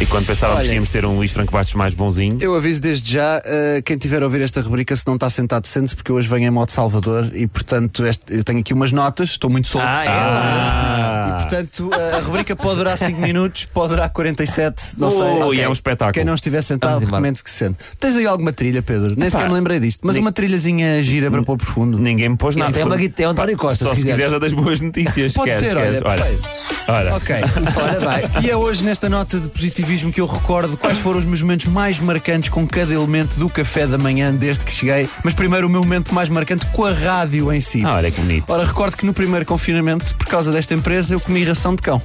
E quando pensávamos Olha. que íamos ter um Luís Franco Bastos mais bonzinho, Eu aviso desde já, eh, quem tiver a ouvir esta rubrica, se não está sentado, sente-se, porque eu hoje venho em modo Salvador e, portanto, este- eu tenho aqui umas notas, estou muito solto. Ah, é? Ah, E, portanto, a a rubrica pode durar 5 minutos, pode durar 47, não sei. Ui, é um espetáculo. Quem não estiver sentado, Vamos embora. recomendo que se sente. Tens aí alguma trilha, Pedro? Nem sequer me lembrei disto, mas ni- uma trilhazinha gira para pôr profundo. ninguém me pôs nada. É uma guita- é um António Costa, Só se se quiseres. quiseres a das boas notícias. Pode queres, ser, queres. olha, perfeito. olha. Ok, ora bem. E é hoje nesta nota de positivismo que eu recordo quais foram os meus momentos mais marcantes com cada elemento do café da manhã desde que cheguei. Mas primeiro o meu momento mais marcante com a rádio em si. Ah, olha que bonito. Ora, recordo que no primeiro confinamento, por causa desta empresa, eu comi ração de cão.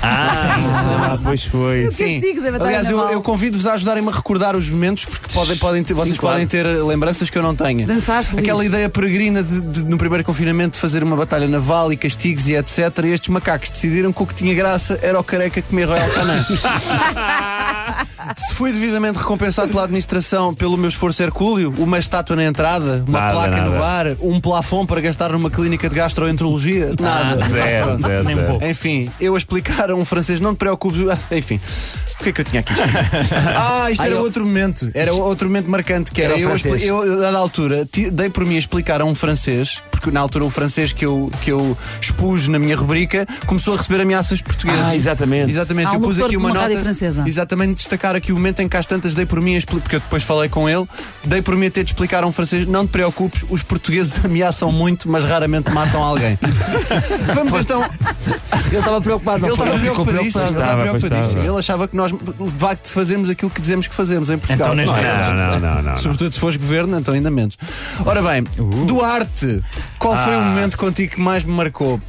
Ah, pois foi. Sim. castigo da batalha Aliás, eu, naval. eu convido-vos a ajudarem-me a recordar os momentos, porque podem, podem ter, vocês claro. podem ter eh, lembranças que eu não tenho. Dançaste, Luís? Aquela ideia peregrina de, de, no primeiro confinamento, de fazer uma batalha naval e castigos e etc. E estes macacos decidiram que o que tinha graça era o careca comer Royal Canin. Se fui devidamente recompensado pela administração pelo meu esforço hercúleo, uma estátua na entrada, uma Nada, placa no nada. bar, um plafond para gastar numa clínica de gastroenterologia, Ah, nada. Zero, zero, Nem um zero. pouco. Enfim, eu a explicar a um francês, não te preocupes. Ah, Enfim, o que é que eu tinha aqui? ah, isto Ah, era eu- outro momento. Era outro momento marcante que era. Era o eu, a expli- francês. eu, a dada altura, ti- dei por mim a explicar a um francês, porque na altura o francês que eu, que eu expus na minha rubrica começou a receber ameaças portuguesas. Ah, exatamente. Exatamente. Há um eu pus locutor aqui de uma, uma rádio nota. francesa. Exatamente, destacar aqui o momento em que às tantas dei por mim a explicar, porque eu depois falei com ele, dei por mim a ter de explicar a um francês: não te preocupes, os portugueses ameaçam muito, mas raramente matam alguém. Vamos então Ele estava preocupado, não ele foi? estava ficou preocupadíssimo. Ele estava Estava, pois preocupadíssimo. estava. Ele achava que nós de facto fazemos aquilo que dizemos que fazemos em Portugal. Então, neste Não é? caso. Não, não, não, não. não. Sobretudo se fores governo, então ainda menos. Ora bem, Uh. Duarte, qual Ah. foi o momento contigo que mais me marcou?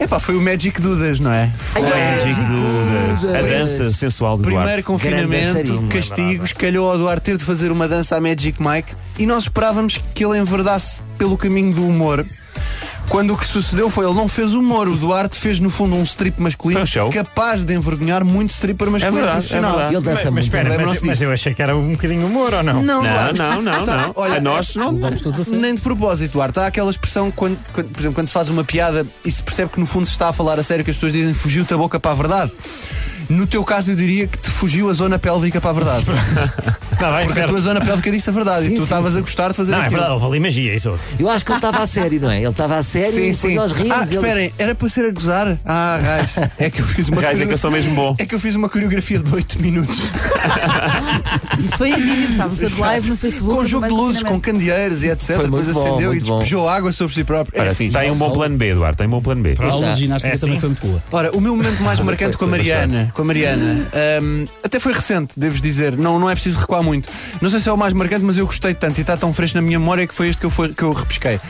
Epá, foi o Magic Dudas, não é? Magic Dudas. A dança sensual de Primeiro Duarte. confinamento, é dançarino. castigos, calhou ao Duarte ter de fazer uma dança à Magic Mike e nós esperávamos que ele enverdasse pelo caminho do humor. Quando o que sucedeu foi ele não fez humor, o Duarte fez no fundo um strip masculino Foi um show. capaz de envergonhar muito stripper masculino verdade, é profissional. verdade. Ele dança Mas muito. espera, mas, Lembram-se mas eu achei que era um bocadinho humor ou não? Não, Não, Duarte, não, não, Sabe, não. olha, a nós não. Vamos todos assim. a Nem de propósito, Duarte. Há aquela expressão, quando, quando- por exemplo, quando se faz uma piada e se percebe que no fundo se está a falar a sério, que as pessoas dizem fugiu-te a boca para a verdade. No teu caso, eu diria que te fugiu a zona pélvica para a verdade. É Está bem, Porque a certo. tua zona pélvica disse a verdade e tu estavas a gostar de fazer Não, é aquilo. verdade, houve ali magia, isso. Eu acho que ele estava a sério, não é? Ele estava a sério e depois nós rimos. ah, ele- esperem, era para ser a gozar? Ah, raios. É que eu fiz uma Raios, é que eu sou mesmo bom. É que eu fiz uma coreografia de 8 minutos. Isto foi em vídeo, sabe? Pessoas de live no Facebook. com jogo de no meio do luzes, com confinamento. candeeiros e etc. Foi Depois muito bom, acendeu e muito bom. despejou água sobre si próprio. Olha, Enfim. Tem um bom plano B, Duarte. Tem um bom plano B. Lá Pronto. está. aula de ginástica É também assim? foi muito boa. Ora, o meu momento mais marcante com a Mariana, com a Mariana hum, até foi recente, devo dizer, não, não é preciso recuar muito. Não sei se é o mais marcante, mas eu gostei tanto e está tão fresco na minha memória que foi este que eu, foi, que eu repesquei.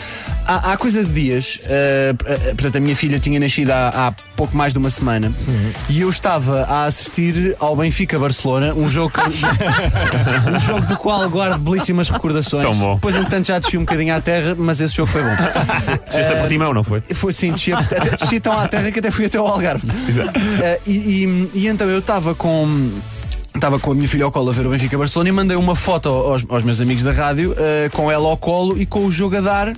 Há, há coisa de dias, ah, p- ah, portanto, a minha filha tinha nascido há, há pouco mais de uma semana e eu estava a assistir ao Benfica Barcelona, um jogo, que- um jogo do qual guardo belíssimas recordações. Tão bom. Depois, entretanto, já desci um bocadinho à terra, mas esse jogo foi bom. Desceste a Portimão, não foi? Foi sim, assim, desci, a- até- desci tão à terra que até fui até ao Algarve. Eh, e, e- e então eu estava com. Estava com a minha filha ao colo a ver o Benfica Barcelona e mandei uma foto aos, aos meus amigos da rádio eh, com ela ao colo e com o jogo a dar.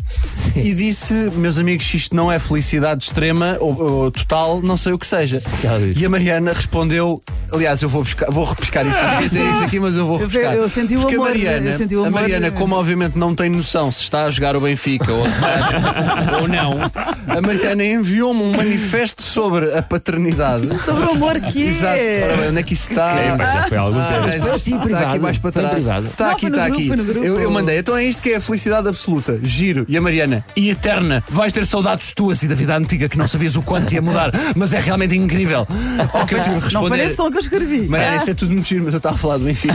E disse: Meus amigos, se isto não é felicidade extrema ou, ou total, não sei o que seja. Ela disse. E a Mariana respondeu: Aliás, eu vou, buscar, vou repescar isso, não dizer isso aqui, mas eu vou Eu- repescar. eu senti o Porque amor, a eu Mariana, senti o a amor. né? Mariana, como obviamente não tem noção se está a jogar o Benfica ou se está ou não, a Mariana enviou-me um manifesto sobre a paternidade. Sobre o amor que é. Exato. Ora bem, onde é que isso está? É, pá, já foi há algum tempo. Mas foi assim, Está aqui privado. mais para Foi em trás. privado. Está Não, aqui, foi no está grupo, aqui. foi no grupo. Eu, eu mandei. Então é isto que é a felicidade absoluta. Giro. E a Mariana. E eterna. Vais ter saudades tuas e da vida antiga que não sabias o quanto ia mudar. Mas é realmente incrível. Ao que eu tive de Não foi nesse responder. tom que eu escrevi. Mariana, isso é tudo muito giro, mas eu estava a falar do Benfica.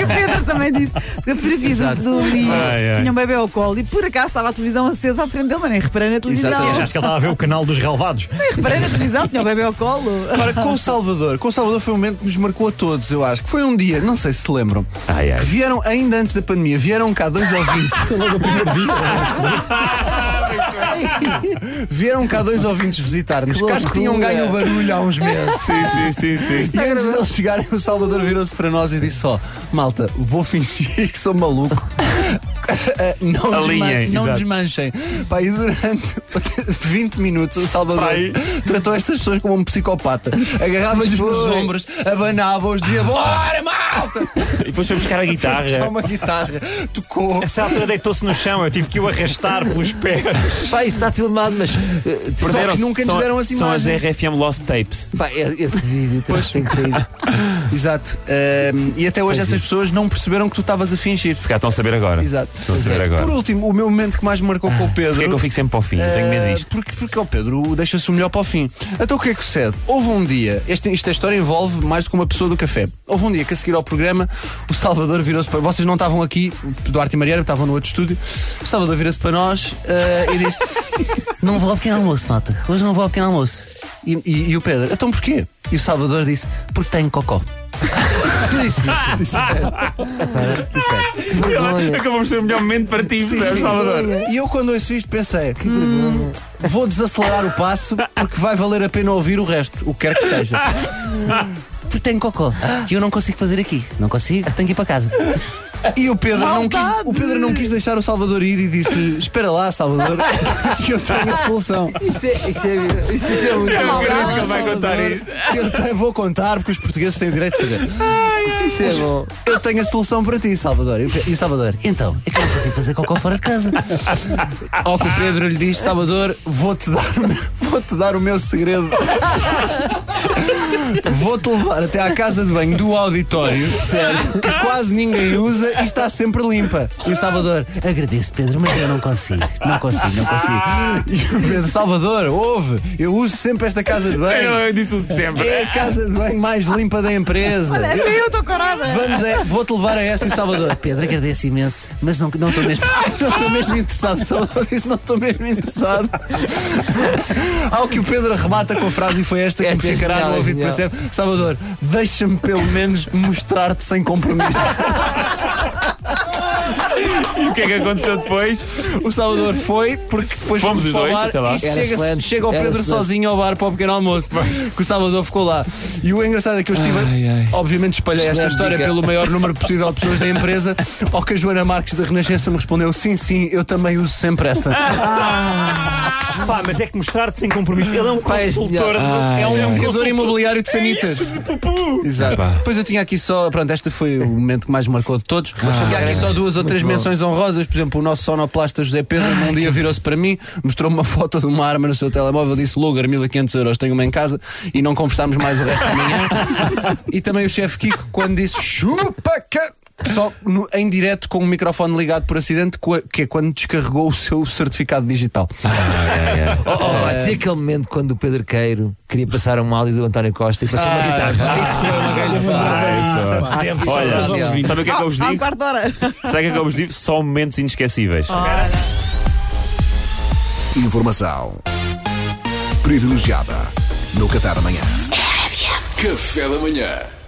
E o Pedro também disse. Porque a fotografia do- do Luís Ai, ai. tinha um bebê ao colo e por acaso estava a televisão acesa à frente dele, mas nem reparei na televisão. Exato. E Nem achaste que ele estava a ver o canal dos relevados? reparei na televisão, tinha o bebê ao colo. Agora, com o Salvador. Com o Salvador foi um momento que nos marcou a todos, eu acho. Que foi um dia, não sei se se lembram, Ai, ai. que vieram, ainda antes da pandemia, vieram cá dois ouvintes. vieram cá dois ouvintes visitar-nos. Que acho que tinham ganho o barulho há uns meses. Sim, sim, sim, sim. E antes deles chegarem, o Salvador virou-se para nós e disse só: Malta, vou fingir que sou maluco. Ah, não, desman Alinhem, não exato. desmanchem. Pá, e durante 20 minutos o Salvador Pai. tratou estas pessoas como um psicopata. Agarrava-lhes pelos ombros, abanava-os, dizia: Bora, malta! E depois foi buscar a Toma guitarra. uma guitarra, tocou. Essa altura deitou-se no chão, eu tive que o arrastar pelos pés. Pá, isso está filmado, mas. eh, Só que Perderam-se. nunca nos São- deram as São as imagens. é RFM Lost Tapes. Pá, e- esse vídeo tem- tem que sair. Exato. Ahm, e até é. hoje essas pessoas não perceberam que tu estavas a fingir. Se calhar estão a saber agora. Exato. Estão a saber agora. Por último, o meu momento que mais me marcou com o Pedro. Porquê é que eu fico sempre para o fim? Eu tenho medo Ah, disto. Porque, porque o Pedro deixa-se o melhor para o fim. Então o que é que sucede? Houve um dia, este, esta história envolve mais do que uma pessoa do café. Houve um dia que a seguir ao programa, o Salvador virou-se para. Vocês não estavam aqui, Duarte e Mariana, estavam no outro estúdio. O Salvador vira-se para nós ah, e diz: Não vou ao pequeno almoço, nota. Hoje não vou ao pequeno almoço. E, e- e o Pedro: Então porquê? E o Salvador disse: Porque tenho cocó. Tu disse, Que vergonha. Acabou por ser o melhor momento para ti, percebes, Salvador? E eu quando ouço isto pensei "Hum, Vou desacelerar o passo Porque vai valer a pena ouvir o resto O que quer que seja Porque tenho cocô Que eu não consigo fazer aqui Não consigo, tenho que ir para casa e o Pedro, não quis, Maldade. o Pedro não quis deixar o Salvador ir e disse-lhe: Espera lá, Salvador, que eu tenho a solução. Isso é- isso é- isso é muito Eu bom. acredito Espera lá, que ele vai Salvador, contar isto." que eu te- vou contar porque os portugueses têm o direito de saber. Isso é bom. Eu tenho a solução para ti, Salvador. E o Pe- E o Salvador, então, é que eu não consigo fazer cocó fora de casa. Ao que o Pedro lhe diz, Salvador, vou-te dar, o meu- vou-te dar o meu segredo. Vou-te levar até à casa de banho do auditório, certo? Que quase ninguém usa e está sempre limpa. E o Salvador, agradeço, Pedro, mas eu não consigo. Não consigo, não consigo. E o Pedro, Salvador, ouve, eu uso sempre esta casa de Eu, banho. eu disse-o sempre. É a casa de banho mais limpa da empresa. Olha, é até eu estou corada. Vamos é, vou-te levar a essa em Salvador. Pedro, agradeço imenso, mas não estou mesmo, não estou mesmo interessado. Salvador disse, não estou mesmo interessado. Ao que o Pedro arrebata com a frase, e foi esta que Esta é me ficará genial, no é ouvido para genial. sempre. Salvador, deixa-me pelo menos mostrar-te sem compromisso. E o que é que aconteceu depois? O Salvador foi, porque foi Fomos os dois, falar até lá. e Era chega, excelente, chega o era Pedro excelente. sozinho ao bar para o pequeno almoço. Que o Salvador ficou lá. E o engraçado é que eu estive, Ai, ai. obviamente, espalhei esta Excelente história dica. pelo maior número possível de pessoas da empresa. Ao que a Joana Marques da Renascença me respondeu: sim, sim, eu também uso sempre essa. Pá, mas é que mostrar-te sem compromisso. Ele é um Pá, é consultor. genial. é Ai, ai. um Jogador imobiliário de Sanitas. Exato. Pois eu tinha aqui só, pronto, este foi o momento que mais me marcou de todos. tinha aqui só duas ou três menções honrosas. Por exemplo, o nosso sonoplasta José Pedro, num dia virou-se para mim, mostrou-me uma foto de uma arma no seu telemóvel, disse Lugar, 1500 euros, tenho uma em casa e não conversámos mais o resto da manhã. e também o chefe Kiko, quando disse chupa ca-" Só no- em direto com o microfone ligado por acidente, co- que é quando descarregou o seu certificado digital. Oh, oh, vai dizer aquele momento quando o Pedro Queiro queria passar um áudio do António Costa e passou uma Ah. guitarra. Ah, Isso foi uma Ah, Ah, isso, Olha, sabe o que é que eu vos Ah, Há um digo? quarto de hora. Sabe o que é que eu vos digo? Só momentos inesquecíveis. Informação privilegiada no Café da Manhã. Café da Manhã.